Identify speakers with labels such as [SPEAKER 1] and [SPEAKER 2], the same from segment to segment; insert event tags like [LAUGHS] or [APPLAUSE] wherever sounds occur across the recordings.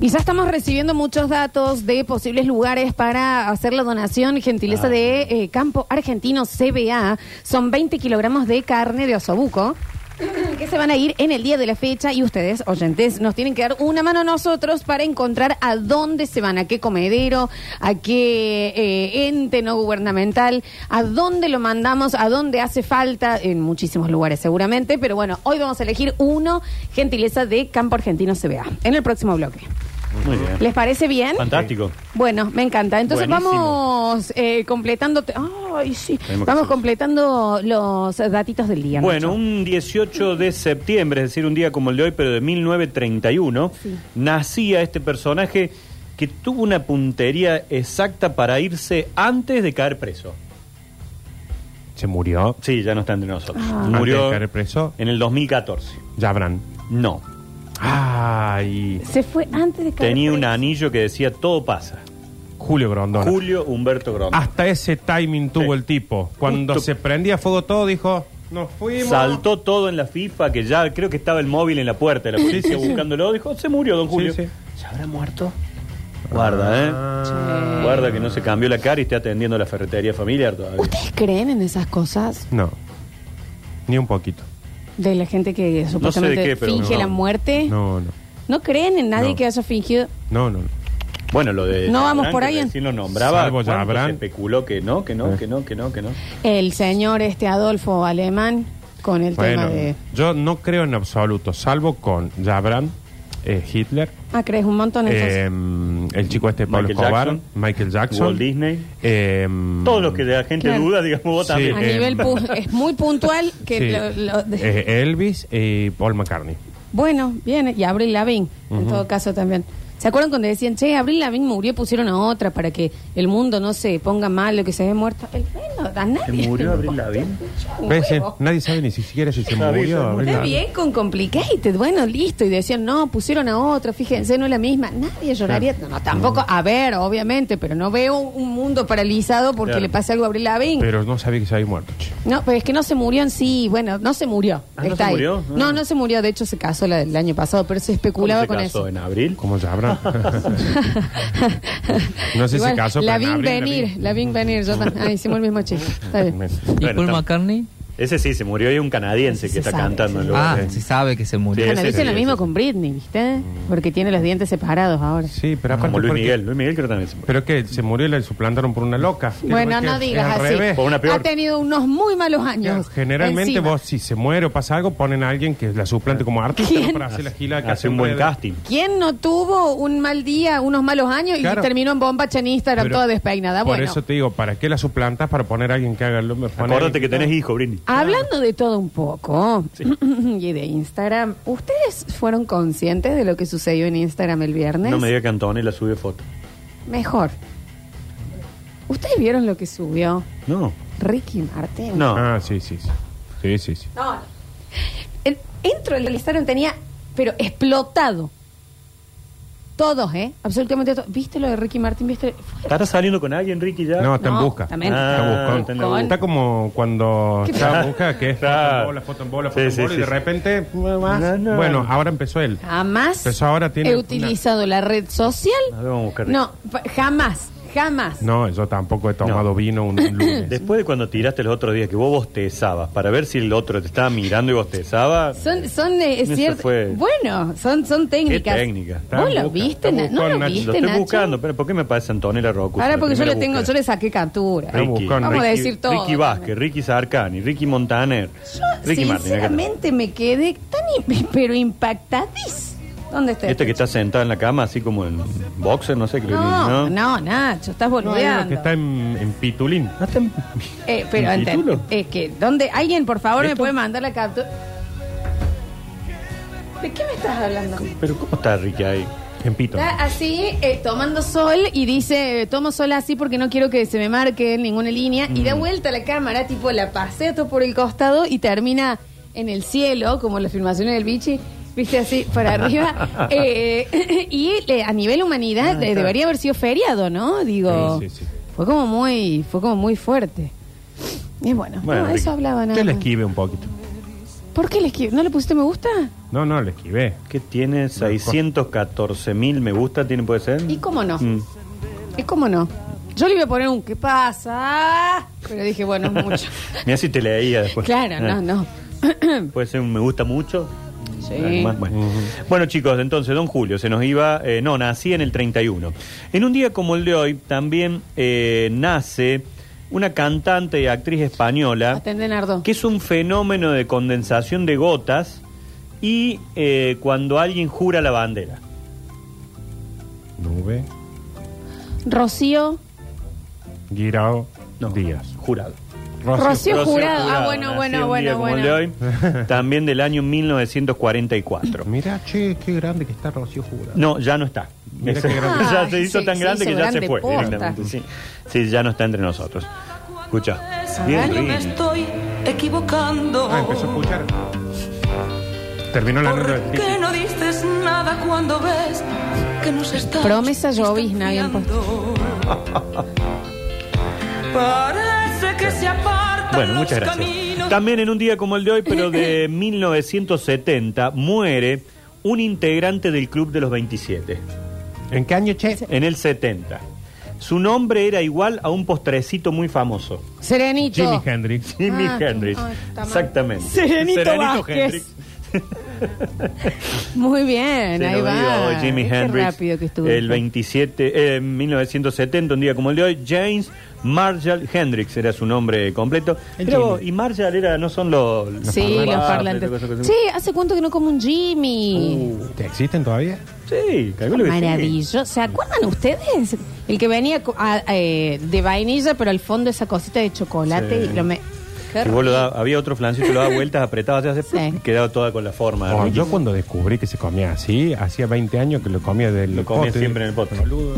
[SPEAKER 1] Y ya estamos recibiendo muchos datos de posibles lugares para hacer la donación, gentileza de eh, Campo Argentino CBA. Son 20 kilogramos de carne de osobuco que se van a ir en el día de la fecha y ustedes, oyentes, nos tienen que dar una mano a nosotros para encontrar a dónde se van, a qué comedero, a qué eh, ente no gubernamental, a dónde lo mandamos, a dónde hace falta, en muchísimos lugares seguramente, pero bueno, hoy vamos a elegir uno, gentileza de Campo Argentino CBA, en el próximo bloque.
[SPEAKER 2] Muy bien.
[SPEAKER 1] ¿Les parece bien?
[SPEAKER 2] Fantástico.
[SPEAKER 1] Bueno, me encanta. Entonces
[SPEAKER 2] Buenísimo.
[SPEAKER 1] vamos eh, completando. te- Ay, sí.
[SPEAKER 2] Tenemos que
[SPEAKER 1] Vamos
[SPEAKER 2] hacer-
[SPEAKER 1] completando los datitos del día.
[SPEAKER 2] Bueno,
[SPEAKER 1] Nacho.
[SPEAKER 2] un 18 de septiembre, es decir, un día como el de hoy, pero de 1931, nacía este personaje que tuvo una puntería exacta para irse antes de caer preso.
[SPEAKER 3] Se murió.
[SPEAKER 2] Sí, ya no está entre nosotros.
[SPEAKER 3] Antes de
[SPEAKER 2] Murió
[SPEAKER 3] caer preso,
[SPEAKER 2] en el 2014.
[SPEAKER 3] Jabran.
[SPEAKER 2] No,
[SPEAKER 3] Ay,
[SPEAKER 1] Se fue antes de caer
[SPEAKER 2] tenía un
[SPEAKER 1] preso.
[SPEAKER 2] anillo que decía todo pasa.
[SPEAKER 3] Julio Grondona.
[SPEAKER 2] Julio Humberto Grondona.
[SPEAKER 3] Hasta ese timing tuvo
[SPEAKER 2] Sí.
[SPEAKER 3] el tipo. Cuando
[SPEAKER 2] Justo.
[SPEAKER 3] se prendía fuego todo, dijo, nos fuimos.
[SPEAKER 2] Saltó todo en la FIFA, que ya creo que estaba el móvil en la puerta de la policía buscándolo. Dijo, se murió don Julio.
[SPEAKER 3] Sí, sí.
[SPEAKER 2] ¿Se habrá muerto? Guarda, ¿eh?
[SPEAKER 1] Che.
[SPEAKER 2] Guarda que no se cambió la cara y esté atendiendo la ferretería familiar todavía.
[SPEAKER 1] ¿Ustedes creen en esas cosas
[SPEAKER 3] No, ni un poquito.
[SPEAKER 1] de la gente que supuestamente
[SPEAKER 2] qué, pero
[SPEAKER 1] finge
[SPEAKER 2] no.
[SPEAKER 1] la muerte? No.
[SPEAKER 3] No, no,
[SPEAKER 1] creen en nadie
[SPEAKER 3] No.
[SPEAKER 1] que haya fingido?
[SPEAKER 3] no, no. no.
[SPEAKER 2] Bueno, lo de.
[SPEAKER 1] No vamos
[SPEAKER 2] Abraham,
[SPEAKER 1] por
[SPEAKER 2] que
[SPEAKER 1] ahí en-
[SPEAKER 2] recién lo nombraba.
[SPEAKER 3] Salvo
[SPEAKER 2] ¿cuánto
[SPEAKER 3] Abraham. Eh.
[SPEAKER 2] se especuló que no, que no, que no, que no, que no.
[SPEAKER 1] El señor este Adolfo Alemán con el
[SPEAKER 3] Bueno,
[SPEAKER 1] tema de...
[SPEAKER 3] yo no creo en absoluto, salvo con Jabran, eh, Hitler,
[SPEAKER 1] Ah, crees un montón entonces.
[SPEAKER 3] eh, el chico este Pablo
[SPEAKER 2] Michael
[SPEAKER 3] Escobar,
[SPEAKER 2] Jackson,
[SPEAKER 3] Michael Jackson.
[SPEAKER 2] Walt Disney.
[SPEAKER 3] eh,
[SPEAKER 2] Todo lo que la gente
[SPEAKER 1] Claro.
[SPEAKER 2] duda, digamos, vos
[SPEAKER 3] Sí.
[SPEAKER 2] también.
[SPEAKER 1] A
[SPEAKER 3] eh,
[SPEAKER 1] nivel pu- es muy puntual
[SPEAKER 2] [LAUGHS]
[SPEAKER 1] que
[SPEAKER 3] sí,
[SPEAKER 1] lo- lo- de-
[SPEAKER 3] eh, Elvis y Paul McCartney.
[SPEAKER 1] Bueno, bien, y Abril Lavigne, en todo caso también. ¿Se acuerdan cuando decían, che, Abril Lavigne murió, pusieron a otra para que el mundo no se ponga mal lo que se ve muerta? El bueno, a nadie.
[SPEAKER 2] ¿Se murió
[SPEAKER 1] le
[SPEAKER 2] Abril
[SPEAKER 1] importa
[SPEAKER 2] Lavigne?
[SPEAKER 1] un
[SPEAKER 3] ¿Ves? Eh,
[SPEAKER 1] huevo.
[SPEAKER 3] Nadie sabe ni siquiera si se
[SPEAKER 2] Nadie sabe.
[SPEAKER 3] murió. ¿verdad?
[SPEAKER 1] Está bien con Complicated, bueno, listo. Y decían, no, pusieron a otra, fíjense, no es la misma. Nadie lloraría. No, no, tampoco, a ver, obviamente, pero no veo un mundo paralizado porque
[SPEAKER 2] Claro.
[SPEAKER 1] le pase algo a Abril Lavigne.
[SPEAKER 3] Pero no sabía que se había muerto. che.
[SPEAKER 1] No, pero es que no se murió en sí, bueno, no se murió.
[SPEAKER 2] Ah, ¿no
[SPEAKER 1] Está
[SPEAKER 2] se
[SPEAKER 1] ahí.
[SPEAKER 2] murió? Ah.
[SPEAKER 1] No, no se murió, de hecho se casó la- el año pasado, pero se especulaba
[SPEAKER 2] ¿Cómo
[SPEAKER 1] con
[SPEAKER 2] se casó?
[SPEAKER 1] eso.
[SPEAKER 2] ¿En abril?
[SPEAKER 3] Como Jabran.
[SPEAKER 1] [LAUGHS]
[SPEAKER 3] No sé si
[SPEAKER 1] Igual,
[SPEAKER 3] casó,
[SPEAKER 1] La vi
[SPEAKER 3] pero en abril la
[SPEAKER 1] venir,
[SPEAKER 3] vi.
[SPEAKER 1] la vi venir. Yo tam- ah, hicimos el mismo
[SPEAKER 3] [LAUGHS]
[SPEAKER 1] chiste. [LAUGHS] Está bien.
[SPEAKER 4] ¿Y
[SPEAKER 2] Bueno,
[SPEAKER 4] Paul
[SPEAKER 2] está-
[SPEAKER 4] McCartney?
[SPEAKER 2] Ese sí, se murió. Hay un canadiense
[SPEAKER 1] Ese
[SPEAKER 2] que
[SPEAKER 1] se
[SPEAKER 2] está
[SPEAKER 1] sabe,
[SPEAKER 2] cantando Eh,
[SPEAKER 1] ese
[SPEAKER 2] en
[SPEAKER 4] Ah,
[SPEAKER 2] lugar de-
[SPEAKER 4] se sabe que se murió.
[SPEAKER 2] Sí,
[SPEAKER 1] Bueno,
[SPEAKER 2] ese
[SPEAKER 1] dice
[SPEAKER 2] sí,
[SPEAKER 1] lo
[SPEAKER 2] ese
[SPEAKER 1] mismo
[SPEAKER 2] sí.
[SPEAKER 1] con Britney, ¿viste? Porque tiene los dientes separados ahora.
[SPEAKER 3] Mm. Sí, pero aparte.
[SPEAKER 2] Como Luis
[SPEAKER 3] porque-
[SPEAKER 2] Miguel. Luis Miguel creo que también se murió.
[SPEAKER 3] Pero que se murió y la suplantaron por una loca.
[SPEAKER 1] Bueno,
[SPEAKER 3] Que-
[SPEAKER 1] no
[SPEAKER 3] que-
[SPEAKER 1] digas
[SPEAKER 3] al
[SPEAKER 1] así.
[SPEAKER 3] revés.
[SPEAKER 2] Por una peor.
[SPEAKER 1] Ha tenido unos muy malos
[SPEAKER 3] Claro,
[SPEAKER 1] años.
[SPEAKER 3] Generalmente
[SPEAKER 1] encima.
[SPEAKER 3] vos, si se muere o pasa algo, ponen a alguien que la suplante como artista ¿no? para hacer la gila que
[SPEAKER 2] Hace un buen
[SPEAKER 3] redes.
[SPEAKER 2] casting.
[SPEAKER 1] ¿Quién no tuvo un mal día, unos malos años
[SPEAKER 3] Claro.
[SPEAKER 1] y terminó en bomba en Instagram
[SPEAKER 3] Pero
[SPEAKER 1] toda despeinada?
[SPEAKER 3] Por
[SPEAKER 1] Ah, Bueno,
[SPEAKER 3] eso te digo, ¿para qué la suplantas? Para poner a alguien que haga lo mejor.
[SPEAKER 2] Acuérdate que tenés hijo, Britney.
[SPEAKER 1] Ah, hablando de todo un poco [LAUGHS] y de Instagram, ¿ustedes fueron conscientes de lo que sucedió en Instagram el viernes?
[SPEAKER 2] No me diga que Antonella sube foto.
[SPEAKER 1] Mejor. ¿Ustedes vieron lo que subió
[SPEAKER 2] No.
[SPEAKER 1] Ricky Martin?
[SPEAKER 2] No.
[SPEAKER 3] Ah, sí, sí, sí. Sí, sí, sí.
[SPEAKER 1] No, no. El- entro el Instagram tenía, pero explotado. Todos, ¿eh? Absolutamente todos. ¿Viste lo de Ricky Martin? ¿Viste? Fue-
[SPEAKER 2] ¿Estará saliendo con alguien, Ricky, ya?
[SPEAKER 3] No, está
[SPEAKER 1] No,
[SPEAKER 3] en busca.
[SPEAKER 1] también.
[SPEAKER 2] Ah,
[SPEAKER 3] Está,
[SPEAKER 2] está en
[SPEAKER 3] buscando.
[SPEAKER 2] la busca.
[SPEAKER 3] Está como cuando
[SPEAKER 1] ¿Qué
[SPEAKER 3] está
[SPEAKER 2] pasa?
[SPEAKER 3] en busca, que es
[SPEAKER 2] Claro.
[SPEAKER 3] foto en bola, foto en bola,
[SPEAKER 2] Sí,
[SPEAKER 3] foto en
[SPEAKER 2] sí,
[SPEAKER 3] bola,
[SPEAKER 2] sí,
[SPEAKER 3] y de
[SPEAKER 2] sí.
[SPEAKER 3] repente. más.
[SPEAKER 2] No, no.
[SPEAKER 3] Bueno, ahora empezó él.
[SPEAKER 1] Ah. Jamás
[SPEAKER 3] Pues ahora tiene
[SPEAKER 1] he
[SPEAKER 3] una-
[SPEAKER 1] utilizado la red social.
[SPEAKER 2] A ver, vamos a buscar Ricky.
[SPEAKER 1] No, pa- jamás, jamás.
[SPEAKER 3] No, yo tampoco he tomado
[SPEAKER 2] No.
[SPEAKER 3] vino un un
[SPEAKER 2] [LAUGHS]
[SPEAKER 3] lunes.
[SPEAKER 2] Después de cuando tiraste los otros días que vos bostezabas para ver si el otro te estaba mirando y bostezaba.
[SPEAKER 1] Son, son eh,
[SPEAKER 2] Eso
[SPEAKER 1] cierto-
[SPEAKER 2] fue-
[SPEAKER 1] Bueno, son, son técnicas.
[SPEAKER 2] técnica?
[SPEAKER 1] ¿Vos
[SPEAKER 3] Están
[SPEAKER 1] lo
[SPEAKER 3] busca-
[SPEAKER 1] viste?
[SPEAKER 3] están
[SPEAKER 1] Na- ¿No lo
[SPEAKER 3] buscando, Nacho.
[SPEAKER 1] viste,
[SPEAKER 2] Lo estoy
[SPEAKER 1] Nacho?
[SPEAKER 2] buscando, pero ¿por qué me parece Antonella Rocco?
[SPEAKER 1] Ahora porque yo le
[SPEAKER 2] lo
[SPEAKER 1] tengo, yo le saqué captura.
[SPEAKER 3] Ahí buscando.
[SPEAKER 1] Vamos a
[SPEAKER 2] Ricky,
[SPEAKER 1] decir todo.
[SPEAKER 2] Ricky Vázquez, Ricky Sarcani, Ricky Montaner,
[SPEAKER 1] Yo,
[SPEAKER 2] Ricky Martin. acá está.
[SPEAKER 1] sinceramente, me quedé tan im- [LAUGHS] pero impactadís. ¿Dónde está?
[SPEAKER 2] Este que está sentado en la cama, así como en boxer, no sé qué.
[SPEAKER 1] No, no, Nacho, estás
[SPEAKER 3] No, hay uno
[SPEAKER 1] boludeando.
[SPEAKER 3] que está en, en Pitulín.
[SPEAKER 2] No te-
[SPEAKER 1] Eh, pero
[SPEAKER 2] ¿El
[SPEAKER 1] enten-
[SPEAKER 2] título?
[SPEAKER 1] es que ¿dónde? alguien por favor me
[SPEAKER 2] ¿Esto?
[SPEAKER 1] puede mandar la captura. ¿De qué me estás hablando?
[SPEAKER 2] Pero ¿cómo está Ricky ahí?
[SPEAKER 3] En Pito.
[SPEAKER 1] Está así eh, tomando sol y dice, tomo sol así porque no quiero que se me marque en ninguna línea y
[SPEAKER 3] Mm.
[SPEAKER 1] da vuelta la cámara, tipo la pasea todo por el costado y termina en el cielo, como las filmaciones del bichi. Viste así,
[SPEAKER 3] [LAUGHS]
[SPEAKER 1] para arriba. Eh, [LAUGHS] y eh, a nivel humanidad eh, debería haber sido feriado, ¿no? Digo,
[SPEAKER 3] Sí, sí, sí.
[SPEAKER 1] fue como muy fue como muy fuerte. Y bueno,
[SPEAKER 2] Bueno,
[SPEAKER 1] no, eso
[SPEAKER 2] Ricky,
[SPEAKER 1] hablaba nada
[SPEAKER 3] Que le
[SPEAKER 1] más.
[SPEAKER 3] esquive un poquito.
[SPEAKER 1] ¿Por qué le esqui- ¿No le pusiste me gusta?
[SPEAKER 3] No, no, le esquivé.
[SPEAKER 2] Que tiene 614 mil me gusta, tiene puede ser.
[SPEAKER 1] ¿Y cómo no?
[SPEAKER 2] Mm.
[SPEAKER 1] ¿Y cómo no? Yo le iba a poner un ¿qué pasa? Pero dije,
[SPEAKER 2] [LAUGHS]
[SPEAKER 1] bueno, es mucho.
[SPEAKER 2] Mira si te leía después. Ah,
[SPEAKER 1] claro, no, no.
[SPEAKER 2] Puede ser un me gusta mucho.
[SPEAKER 1] Sí.
[SPEAKER 2] Más, bueno. Bueno, chicos, entonces, don Julio, se nos iba. eh, no, nací en el 31. En un día como el de hoy, también eh, nace una cantante y actriz española
[SPEAKER 1] Atende, Nardo.
[SPEAKER 2] que es un fenómeno de condensación de gotas y eh, cuando alguien jura la bandera.
[SPEAKER 3] Nube,
[SPEAKER 1] Rocío.
[SPEAKER 3] Guirao,
[SPEAKER 2] No,
[SPEAKER 3] Díaz.
[SPEAKER 2] Jurado.
[SPEAKER 1] Rocío Jurado. Ah, bueno,
[SPEAKER 2] nació
[SPEAKER 1] bueno,
[SPEAKER 2] un día
[SPEAKER 1] bueno,
[SPEAKER 2] como el de hoy, también del año 1944.
[SPEAKER 3] Mira, che, qué grande que está Rocío Jura.
[SPEAKER 2] No, ya no está.
[SPEAKER 3] Mira qué grande.
[SPEAKER 2] [LAUGHS] ya se
[SPEAKER 1] Ay,
[SPEAKER 2] hizo
[SPEAKER 1] sí,
[SPEAKER 2] tan
[SPEAKER 1] se
[SPEAKER 2] grande
[SPEAKER 1] hizo
[SPEAKER 2] que ya se
[SPEAKER 1] grande
[SPEAKER 2] fue.
[SPEAKER 1] posta.
[SPEAKER 2] directamente, Sí. Sí, ya no está entre nosotros. Escucha. Bien,
[SPEAKER 4] Yo me
[SPEAKER 2] Rini.
[SPEAKER 4] estoy equivocando.
[SPEAKER 3] Ah, empezó a escuchar. Terminó la nota
[SPEAKER 4] ¿Por
[SPEAKER 3] del
[SPEAKER 4] qué no dices nada cuando ves que nos está
[SPEAKER 1] Promesa llovizna habían
[SPEAKER 4] [LAUGHS] Parece que se apartan
[SPEAKER 2] Bueno,
[SPEAKER 4] los
[SPEAKER 2] muchas gracias.
[SPEAKER 4] caminos.
[SPEAKER 2] También en un día como el de hoy,
[SPEAKER 1] [LAUGHS]
[SPEAKER 2] pero de 1970, muere un integrante del Club de los 27,
[SPEAKER 3] ¿En qué año, che?
[SPEAKER 2] en el 70. Su nombre era igual a un postrecito muy famoso.
[SPEAKER 1] Serenito.
[SPEAKER 3] Jimi Hendrix.
[SPEAKER 2] Jimi
[SPEAKER 1] Ah,
[SPEAKER 2] Hendrix.
[SPEAKER 1] ah, está mal.
[SPEAKER 2] Exactamente.
[SPEAKER 1] Serenito Vázquez. Muy bien,
[SPEAKER 2] Se
[SPEAKER 1] ahí
[SPEAKER 2] lo digo,
[SPEAKER 1] va.
[SPEAKER 2] Jimi
[SPEAKER 1] Qué
[SPEAKER 2] Hendrix.
[SPEAKER 1] rápido que estuvo.
[SPEAKER 2] El 27, eh, 1970, un día como el de hoy, James Marshall Hendrix era su nombre completo.
[SPEAKER 3] El
[SPEAKER 2] Mirá vos,
[SPEAKER 3] Jimi.
[SPEAKER 2] y Marshall era, no son los, los
[SPEAKER 1] sí, los
[SPEAKER 2] esa cosa
[SPEAKER 1] parlantes.
[SPEAKER 2] que-
[SPEAKER 1] Sí, ¿hace cuánto que no como un Jimmy?
[SPEAKER 3] ¿Te ¿Existen todavía?
[SPEAKER 2] Sí, calculo que sí.
[SPEAKER 1] Maravilloso. ¿Se acuerdan ustedes? El que venía co- a- eh, de vainilla, pero al fondo esa cosita de chocolate
[SPEAKER 2] Sí.
[SPEAKER 1] y lo me. Qué
[SPEAKER 2] Que vos lo daba- había otro flancito que lo daba vueltas, apretaba, se hace,
[SPEAKER 1] Sí.
[SPEAKER 2] y quedaba toda con la forma.
[SPEAKER 3] Oh,
[SPEAKER 2] Ricky.
[SPEAKER 3] yo cuando descubrí que se comía así, hacía 20 años que lo comía del
[SPEAKER 2] Lo comía
[SPEAKER 3] pote.
[SPEAKER 2] siempre en el pote.
[SPEAKER 3] Boludo.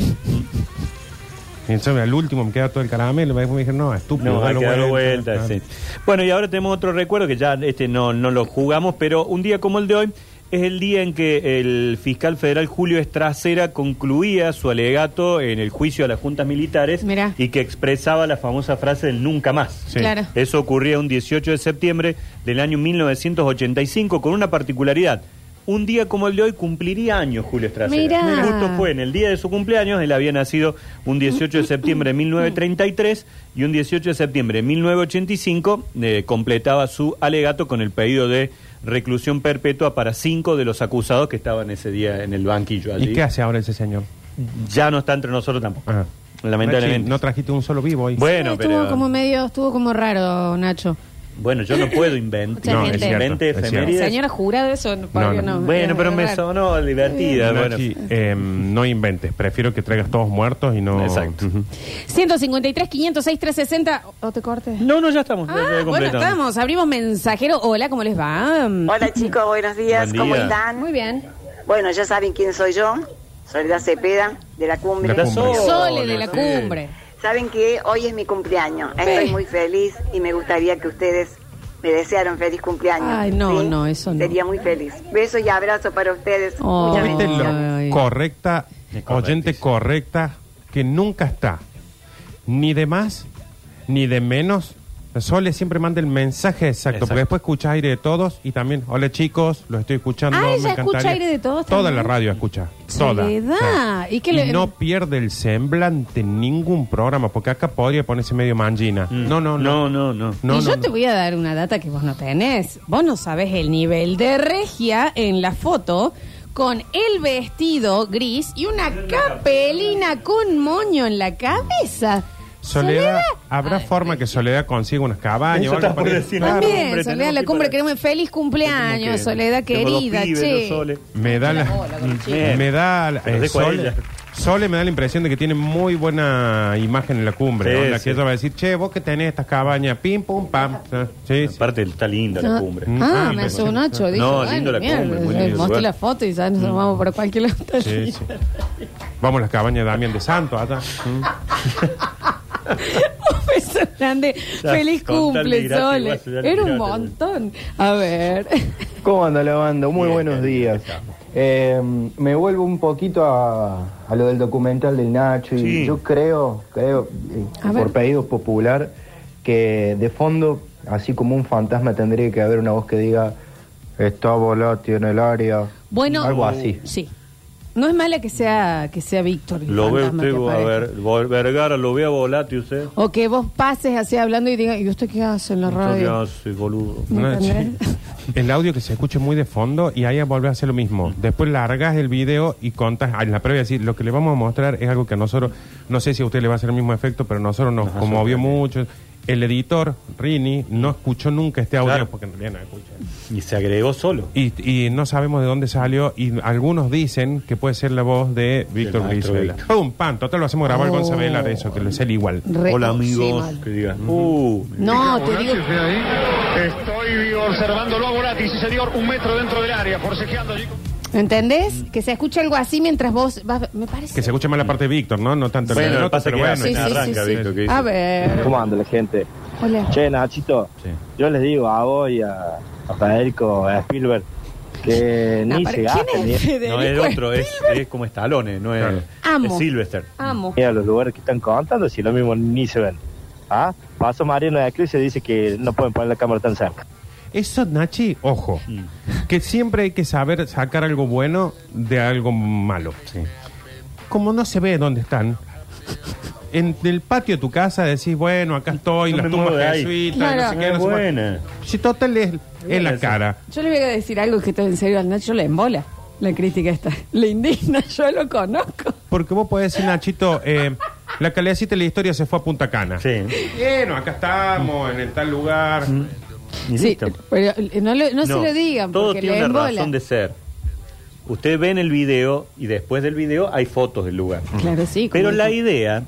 [SPEAKER 3] Y entonces al último me quedaba todo el caramelo. Después me dijeron, no, estúpido. Ah.
[SPEAKER 2] No, hay
[SPEAKER 3] dalo
[SPEAKER 2] que darlo vuelta,
[SPEAKER 3] claro.
[SPEAKER 2] sí. Bueno, y ahora tenemos otro recuerdo que ya este no, no lo jugamos, pero un día como el de hoy es el día en que el fiscal federal Julio Estracera concluía su alegato en el juicio a las juntas militares
[SPEAKER 1] Mirá.
[SPEAKER 2] y que expresaba la famosa frase del nunca más.
[SPEAKER 3] Sí.
[SPEAKER 1] Claro.
[SPEAKER 2] Eso ocurría un 18 de septiembre del año 1985 con una particularidad. Un día como el de hoy cumpliría años Julio Estracera.
[SPEAKER 1] Mirá.
[SPEAKER 2] Justo fue en el día de su cumpleaños, él había nacido un 18 de septiembre de 1933 y un 18 de septiembre de 1985 eh, completaba su alegato con el pedido de reclusión perpetua para cinco de los acusados que estaban ese día en el banquillo allí.
[SPEAKER 3] ¿Y qué hace ahora ese señor?
[SPEAKER 2] Ya no está entre nosotros tampoco,
[SPEAKER 3] Ah.
[SPEAKER 2] lamentablemente.
[SPEAKER 3] Nachi, No trajiste un solo vivo hoy.
[SPEAKER 2] bueno,
[SPEAKER 1] estuvo
[SPEAKER 2] pero-
[SPEAKER 1] como medio, estuvo como raro, Nacho.
[SPEAKER 2] Bueno, yo no puedo inventar.
[SPEAKER 1] No, es cierto,
[SPEAKER 2] Invente
[SPEAKER 3] es cierto.
[SPEAKER 2] efemérides.
[SPEAKER 1] Señora jurado, eso no,
[SPEAKER 3] No,
[SPEAKER 1] obvio, no,
[SPEAKER 3] no.
[SPEAKER 2] Bueno,
[SPEAKER 1] es
[SPEAKER 2] pero me
[SPEAKER 1] raro.
[SPEAKER 2] sonó divertida. bueno.
[SPEAKER 3] Nachi, em, no inventes. Prefiero que traigas todos muertos y no...
[SPEAKER 2] Exacto.
[SPEAKER 3] Ujú.
[SPEAKER 1] 153, 506, 360. ¿O o Oh, te cortes?
[SPEAKER 2] No, no, ya estamos. ya- ya
[SPEAKER 1] Ah, bueno,
[SPEAKER 2] completamos.
[SPEAKER 1] estamos. Abrimos mensajero. Hola, ¿cómo les va?
[SPEAKER 5] Hola chicos, buenos días,
[SPEAKER 2] Buen
[SPEAKER 5] ¿cómo
[SPEAKER 2] día.
[SPEAKER 5] están?
[SPEAKER 1] Muy bien.
[SPEAKER 5] Bueno, ya saben quién soy yo, Soledad Cepeda, de la cumbre.
[SPEAKER 2] La
[SPEAKER 3] La cumbre.
[SPEAKER 2] Sole,
[SPEAKER 1] Sole de la
[SPEAKER 2] sí.
[SPEAKER 1] cumbre.
[SPEAKER 5] Saben que hoy es mi cumpleaños, estoy
[SPEAKER 1] Sí.
[SPEAKER 5] muy feliz y me gustaría que ustedes me desearan feliz cumpleaños.
[SPEAKER 1] Ay, no, no, eso no.
[SPEAKER 5] Sería muy feliz. Besos y abrazos para ustedes.
[SPEAKER 1] Oh.
[SPEAKER 5] Muchas
[SPEAKER 3] Fuiste
[SPEAKER 5] bendiciones.
[SPEAKER 1] Ay.
[SPEAKER 3] lo correcta,
[SPEAKER 2] Es correctísimo.
[SPEAKER 3] oyente correcta, que nunca está. Ni de más, ni de menos. Sole siempre manda el mensaje exacto,
[SPEAKER 2] Exacto.
[SPEAKER 3] porque después escucha aire de todos y también, hola chicos, los estoy escuchando.
[SPEAKER 1] Ah,
[SPEAKER 3] me
[SPEAKER 1] ella escucha
[SPEAKER 3] encantaría".
[SPEAKER 1] aire de todos
[SPEAKER 3] Toda
[SPEAKER 1] también.
[SPEAKER 3] la radio escucha. Toda.
[SPEAKER 1] Soledad,
[SPEAKER 3] Sí.
[SPEAKER 1] ¿y qué le-
[SPEAKER 3] no pierde el semblante en ningún programa, porque acá podría ponerse medio mangina.
[SPEAKER 2] Mm.
[SPEAKER 3] No, no, no.
[SPEAKER 2] No, no, no.
[SPEAKER 3] No,
[SPEAKER 1] y yo
[SPEAKER 3] no,
[SPEAKER 1] te
[SPEAKER 3] no.
[SPEAKER 1] voy a dar una data que vos no tenés. Vos no sabés el nivel de regia en la foto con el vestido gris y una capelina con moño en la cabeza.
[SPEAKER 3] Soledad, ¿habrá
[SPEAKER 1] Ay,
[SPEAKER 3] forma que Soledad consiga unas cabañas?
[SPEAKER 2] Eso
[SPEAKER 3] o algo
[SPEAKER 2] estás por
[SPEAKER 3] para-
[SPEAKER 2] decir.
[SPEAKER 3] Claro.
[SPEAKER 1] También,
[SPEAKER 2] hombre,
[SPEAKER 1] Soledad,
[SPEAKER 2] tenemos
[SPEAKER 1] la
[SPEAKER 2] que
[SPEAKER 1] cumbre
[SPEAKER 2] para-
[SPEAKER 1] queremos feliz cumpleaños,
[SPEAKER 2] Tenemos que-
[SPEAKER 1] Soledad
[SPEAKER 2] tenemos dos
[SPEAKER 1] querida,
[SPEAKER 2] pibes,
[SPEAKER 1] che.
[SPEAKER 2] dos soles.
[SPEAKER 3] Me da la... Mm,
[SPEAKER 2] Bien.
[SPEAKER 3] Me da
[SPEAKER 2] Se los
[SPEAKER 3] eh,
[SPEAKER 2] dejo a
[SPEAKER 3] Sole,
[SPEAKER 2] ella.
[SPEAKER 3] Sole me da la impresión de que tiene muy buena imagen en la cumbre.
[SPEAKER 2] Sí,
[SPEAKER 3] ¿no? La
[SPEAKER 2] sí.
[SPEAKER 3] que ella va a decir, che, vos que tenés estas cabañas, pim, pum, pam.
[SPEAKER 2] [LAUGHS]
[SPEAKER 3] Sí, sí.
[SPEAKER 2] Aparte está linda la
[SPEAKER 1] No.
[SPEAKER 2] cumbre.
[SPEAKER 1] Ah,
[SPEAKER 3] Mm,
[SPEAKER 1] me
[SPEAKER 3] sí,
[SPEAKER 1] hace un
[SPEAKER 3] sí.
[SPEAKER 1] ocho. dije,
[SPEAKER 2] No,
[SPEAKER 1] bueno,
[SPEAKER 2] lindo la
[SPEAKER 1] mierda,
[SPEAKER 2] cumbre, muy lindo Mm.
[SPEAKER 1] mostré
[SPEAKER 2] lugar.
[SPEAKER 1] la foto y ya nos vamos por cualquier lado.
[SPEAKER 3] Sí, sí. Vamos a las cabañas de Damián de Santo. acá. Mm.
[SPEAKER 1] [LAUGHS] Un beso grande.
[SPEAKER 2] Ya,
[SPEAKER 1] Feliz
[SPEAKER 2] con tal
[SPEAKER 1] cumple,
[SPEAKER 2] migrante,
[SPEAKER 1] Sole.
[SPEAKER 2] igual se da el
[SPEAKER 1] Era un
[SPEAKER 2] migrante.
[SPEAKER 1] montón. A ver. [LAUGHS]
[SPEAKER 6] ¿Cómo anda la banda? Muy
[SPEAKER 2] Bien,
[SPEAKER 6] buenos
[SPEAKER 2] bien,
[SPEAKER 6] días.
[SPEAKER 2] bien, estamos.
[SPEAKER 6] Eh, me vuelvo un poquito a, a lo del documental del Nacho y
[SPEAKER 2] Sí.
[SPEAKER 6] yo creo, creo, eh,
[SPEAKER 1] A ver.
[SPEAKER 6] por pedido popular, que de fondo, así como un fantasma, tendría que haber una voz que diga Está volátil en el área.
[SPEAKER 1] Bueno,
[SPEAKER 6] Algo así.
[SPEAKER 1] Sí. No es mala que sea que sea Víctor. el
[SPEAKER 2] Lo ve
[SPEAKER 1] fantasma
[SPEAKER 2] usted,
[SPEAKER 1] que
[SPEAKER 2] a
[SPEAKER 1] aparece.
[SPEAKER 2] ver, Vol- Vergara, lo ve a Volati usted.
[SPEAKER 1] O que vos pases así hablando y digas, ¿y usted qué hace en la
[SPEAKER 2] Entonces, ¿qué
[SPEAKER 1] radio?
[SPEAKER 2] hace, boludo?
[SPEAKER 1] ¿Me
[SPEAKER 3] No,
[SPEAKER 1] entendés?
[SPEAKER 3] Ah, sí. [LAUGHS] El audio que se escuche muy de fondo y ahí volvés a hacer lo mismo.
[SPEAKER 2] Mm.
[SPEAKER 3] Después largas el video y contas ah, en la previa. Decir, lo que le vamos a mostrar es algo que a nosotros, no sé si a usted le va a hacer el mismo efecto, pero a nosotros nos conmovió mucho. El editor, Rini, no escuchó nunca este audio
[SPEAKER 2] Claro.
[SPEAKER 3] porque en realidad no escucha.
[SPEAKER 2] Y se agregó solo.
[SPEAKER 3] Y, y no sabemos de dónde salió y algunos dicen que puede ser la voz de Víctor
[SPEAKER 2] maestro
[SPEAKER 3] Brizuela.
[SPEAKER 2] Víctor. Oh.
[SPEAKER 3] Pum, pam, total lo hacemos grabar con Sabela de eso, que lo es él igual.
[SPEAKER 1] Re- Oh,
[SPEAKER 2] Hola,
[SPEAKER 1] sí,
[SPEAKER 2] amigos.
[SPEAKER 1] mal.
[SPEAKER 2] que digan,
[SPEAKER 3] Mm.
[SPEAKER 2] uh,
[SPEAKER 1] No, te digo.
[SPEAKER 7] Estoy observándolo a Volati, sí señor, un metro dentro del área, forcejeando allí.
[SPEAKER 1] ¿Entendés? Que se escucha algo así mientras vos vas. Me parece.
[SPEAKER 3] Que se escucha más la parte de Víctor, ¿no? No tanto la
[SPEAKER 2] Mm. Bueno,
[SPEAKER 3] del
[SPEAKER 2] lo que
[SPEAKER 3] otro,
[SPEAKER 2] pasa es que
[SPEAKER 1] Sí, sí, sí,
[SPEAKER 2] Arranca,
[SPEAKER 1] sí.
[SPEAKER 2] Víctor, ¿qué dice?
[SPEAKER 1] A ver.
[SPEAKER 8] ¿Cómo anda la gente?
[SPEAKER 1] Hola.
[SPEAKER 8] Che, Nachito,
[SPEAKER 2] Sí.
[SPEAKER 8] yo les digo a vos y a, a Federico, a Spielberg, que
[SPEAKER 1] No,
[SPEAKER 8] ni
[SPEAKER 1] pero
[SPEAKER 8] se gasten
[SPEAKER 1] Ah, ¿Quién
[SPEAKER 8] ni
[SPEAKER 1] es Federico?
[SPEAKER 2] No, es otro, es, es como Stallone, no es,
[SPEAKER 3] Claro.
[SPEAKER 1] Amo.
[SPEAKER 2] es Sylvester.
[SPEAKER 1] Amo.
[SPEAKER 8] ni a los lugares que están contando, si lo mismo ni se ven. ¿Ah? Pasó Mariano de Cruz y dice que no pueden poner la cámara tan cerca.
[SPEAKER 3] Eso, Nachi, ojo, que siempre hay que saber sacar algo bueno de algo malo. Como no se ve dónde están, en el patio de tu casa decís, bueno, acá estoy,
[SPEAKER 2] No
[SPEAKER 3] las
[SPEAKER 2] me muevo
[SPEAKER 3] tumbas
[SPEAKER 2] de ahí.
[SPEAKER 3] jesuitas,
[SPEAKER 1] Claro.
[SPEAKER 3] no sé qué, no sé cuál.
[SPEAKER 2] Ah, buena.
[SPEAKER 3] Si total es, es la
[SPEAKER 2] esa.
[SPEAKER 3] cara.
[SPEAKER 1] Yo le voy a decir algo que está en serio al Nacho le embola. La crítica está. Le indigna, [LAUGHS] yo lo conozco.
[SPEAKER 3] Porque vos podés decir, Nachito, eh, la calidad de la historia se fue a Punta Cana.
[SPEAKER 2] Sí. Mm.
[SPEAKER 3] Bueno, acá estamos, en el tal lugar.
[SPEAKER 2] Y
[SPEAKER 1] Sí,
[SPEAKER 2] listo.
[SPEAKER 1] pero eh, no, lo- no se
[SPEAKER 2] No,
[SPEAKER 1] lo digan,
[SPEAKER 2] Todo
[SPEAKER 1] porque
[SPEAKER 2] tiene
[SPEAKER 1] le
[SPEAKER 2] una
[SPEAKER 1] embola.
[SPEAKER 2] razón de ser. Usted ve en el video y después del video hay fotos del lugar.
[SPEAKER 1] Claro, sí. como
[SPEAKER 2] Pero la
[SPEAKER 1] dice-
[SPEAKER 2] idea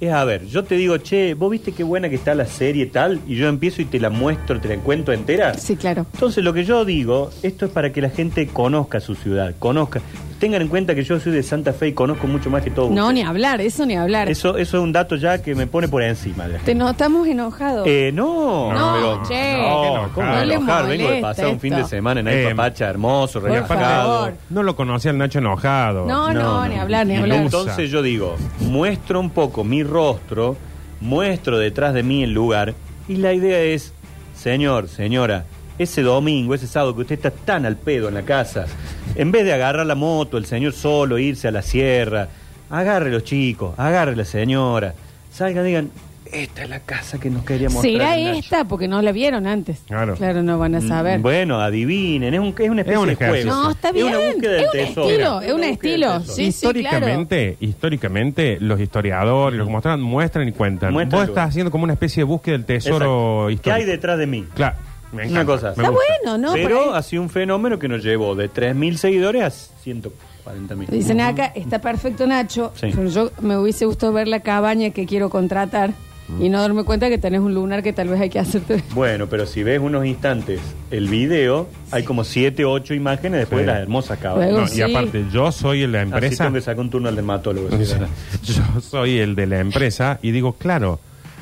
[SPEAKER 2] es, a ver, yo te digo, che, vos viste qué buena que está la serie tal, y yo empiezo y te la muestro, te la cuento entera.
[SPEAKER 1] Sí, claro.
[SPEAKER 2] Entonces lo que yo digo, esto es para que la gente conozca su ciudad, conozca. Tengan en cuenta que yo soy de Santa Fe y conozco mucho más que todos.
[SPEAKER 1] No,
[SPEAKER 2] ustedes.
[SPEAKER 1] ni hablar, eso ni hablar.
[SPEAKER 2] Eso, eso es un dato ya que me pone por encima. de la gente.
[SPEAKER 1] Te notamos enojado.
[SPEAKER 2] Eh, no,
[SPEAKER 1] No,
[SPEAKER 2] pero-
[SPEAKER 1] che.
[SPEAKER 2] no, ¿cómo
[SPEAKER 3] No
[SPEAKER 2] me
[SPEAKER 3] le
[SPEAKER 2] enojar? Vengo de
[SPEAKER 1] molesta
[SPEAKER 2] pasar un fin de
[SPEAKER 1] esto.
[SPEAKER 2] semana en
[SPEAKER 3] Eh,
[SPEAKER 2] Aipapacha, hermoso,
[SPEAKER 1] por
[SPEAKER 2] relajado.
[SPEAKER 1] favor.
[SPEAKER 3] No lo conocía el Nacho enojado.
[SPEAKER 1] no, no,
[SPEAKER 2] no,
[SPEAKER 1] ni
[SPEAKER 2] no.
[SPEAKER 1] hablar, ni
[SPEAKER 3] Y
[SPEAKER 1] hablar.
[SPEAKER 3] luego-
[SPEAKER 2] Entonces yo digo, muestro un poco mi rostro, muestro detrás de mí el lugar, y la idea es, señor, señora, ese domingo, ese sábado que usted está tan al pedo en la casa, en vez de agarrar la moto, el señor solo, irse a la sierra, agarre los chicos, agarre la señora, salgan, digan, esta es la casa que nos queríamos
[SPEAKER 1] Será esta, porque no la vieron antes.
[SPEAKER 3] Claro.
[SPEAKER 1] no van a saber.
[SPEAKER 2] Mm, Bueno, adivinen, es, un, es una especie
[SPEAKER 3] Es un
[SPEAKER 2] de
[SPEAKER 3] ejercicio.
[SPEAKER 2] juego.
[SPEAKER 1] no, está bien.
[SPEAKER 2] Es una búsqueda del
[SPEAKER 1] Es un
[SPEAKER 2] tesoro.
[SPEAKER 1] estilo, es un
[SPEAKER 2] una búsqueda del
[SPEAKER 1] estilo.
[SPEAKER 2] tesoro.
[SPEAKER 1] Sí, sí, claro.
[SPEAKER 3] históricamente, históricamente, los historiadores, los que muestran, muestran y cuentan.
[SPEAKER 2] Muestran
[SPEAKER 3] Vos
[SPEAKER 2] todo.
[SPEAKER 3] estás haciendo como una especie de búsqueda del tesoro
[SPEAKER 2] Exacto. ¿Qué
[SPEAKER 3] histórico.
[SPEAKER 2] hay detrás de mí?
[SPEAKER 3] Claro, me encanta.
[SPEAKER 2] Una cosa.
[SPEAKER 3] me
[SPEAKER 2] Está
[SPEAKER 1] Está
[SPEAKER 3] gusta.
[SPEAKER 1] bueno, ¿no?
[SPEAKER 2] Pero
[SPEAKER 1] Por ahí-
[SPEAKER 2] ha sido un fenómeno que nos llevó de 3.000 seguidores a 140.000.
[SPEAKER 1] Dicen acá, está perfecto Nacho,
[SPEAKER 2] Sí.
[SPEAKER 1] pero yo me hubiese gustado ver la cabaña que quiero contratar
[SPEAKER 2] Mm.
[SPEAKER 1] y no darme cuenta que tenés un lunar que tal vez hay que
[SPEAKER 2] [LAUGHS]
[SPEAKER 1] hacerte.
[SPEAKER 2] Bueno, pero si ves unos instantes el video, hay como 7 o 8 imágenes después
[SPEAKER 3] Sí.
[SPEAKER 2] de las hermosas
[SPEAKER 1] Luego
[SPEAKER 2] cabañas.
[SPEAKER 3] No,
[SPEAKER 1] sí.
[SPEAKER 3] Y aparte, yo soy el de la
[SPEAKER 2] Así
[SPEAKER 3] empresa.
[SPEAKER 2] tengo que sacar un turno al dermatólogo. sí, ¿verdad?
[SPEAKER 3] [LAUGHS] Yo soy el de la empresa y digo, claro,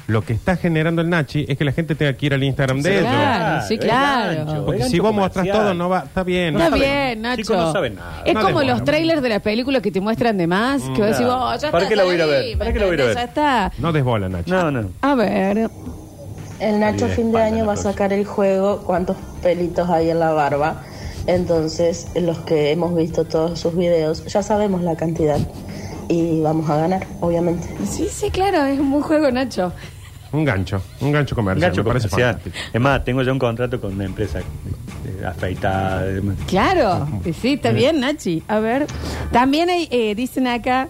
[SPEAKER 3] lo que está generando el Nachi es que la gente tenga que ir al Instagram de ellos.
[SPEAKER 1] Claro, sí,
[SPEAKER 2] es
[SPEAKER 1] claro.
[SPEAKER 2] gancho,
[SPEAKER 3] Porque
[SPEAKER 2] es
[SPEAKER 3] si
[SPEAKER 2] gancho
[SPEAKER 3] vos mostrás
[SPEAKER 2] comercial.
[SPEAKER 3] todo, no va, está bien.
[SPEAKER 1] Está
[SPEAKER 2] saben.
[SPEAKER 1] bien, Nacho.
[SPEAKER 2] Chicos, no saben nada. Mm,
[SPEAKER 1] Es
[SPEAKER 3] No
[SPEAKER 1] como
[SPEAKER 3] les
[SPEAKER 1] los
[SPEAKER 3] jodan.
[SPEAKER 1] trailers de las películas que te muestran de más, que vos decís, oh, ya
[SPEAKER 2] ¿Para
[SPEAKER 1] está,
[SPEAKER 2] qué la voy a ir a
[SPEAKER 1] ya
[SPEAKER 2] ver?
[SPEAKER 1] vi,
[SPEAKER 2] ¿Para qué la voy a ir a ver?
[SPEAKER 1] Ya está.
[SPEAKER 3] No desbola, Nachi.
[SPEAKER 2] No, no.
[SPEAKER 1] A ver.
[SPEAKER 9] El Nacho
[SPEAKER 2] Ahí
[SPEAKER 9] fin de
[SPEAKER 2] espalda,
[SPEAKER 9] año
[SPEAKER 2] la
[SPEAKER 9] va a
[SPEAKER 2] próxima.
[SPEAKER 9] sacar el juego cuántos pelitos hay en la barba. Entonces, los que hemos visto todos sus videos, ya sabemos la cantidad. Y vamos a ganar, obviamente.
[SPEAKER 1] Sí, sí, claro, es un buen juego, Nacho.
[SPEAKER 3] Un gancho, un gancho comercial.
[SPEAKER 2] Gancho
[SPEAKER 3] me parece
[SPEAKER 2] comercial.
[SPEAKER 3] fantástico.
[SPEAKER 2] Es más, tengo ya un contrato con una empresa eh, afeitada. eh,
[SPEAKER 1] Claro, y sí, está bien, Nachi. A ver, también hay, eh, dicen acá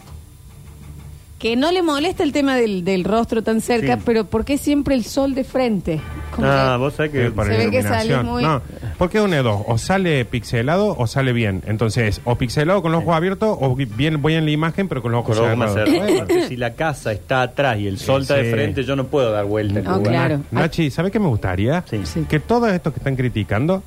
[SPEAKER 1] que no le molesta el tema del, del rostro tan cerca,
[SPEAKER 2] Sí.
[SPEAKER 1] pero ¿por qué siempre el sol de frente? Como
[SPEAKER 2] Ah,
[SPEAKER 1] que-
[SPEAKER 2] vos sabés que...
[SPEAKER 3] Eh, para
[SPEAKER 1] Se ve que
[SPEAKER 3] iluminación.
[SPEAKER 1] salís muy-
[SPEAKER 3] No, porque es una de dos. O sale pixelado o sale bien. Entonces, o pixelado con los ojos abiertos o bien voy en la imagen pero con los ojos
[SPEAKER 2] Con los ojos más
[SPEAKER 3] [LAUGHS] cerrados.
[SPEAKER 2] cerrados. Porque si la casa está atrás y el sol está
[SPEAKER 3] sí.
[SPEAKER 2] de frente, yo no puedo dar vuelta. en
[SPEAKER 1] No,
[SPEAKER 2] el lugar.
[SPEAKER 1] [LAUGHS] claro.
[SPEAKER 3] Na- Nachi, ¿sabes qué me gustaría?
[SPEAKER 2] Sí. Sí.
[SPEAKER 3] Que todos estos que están criticando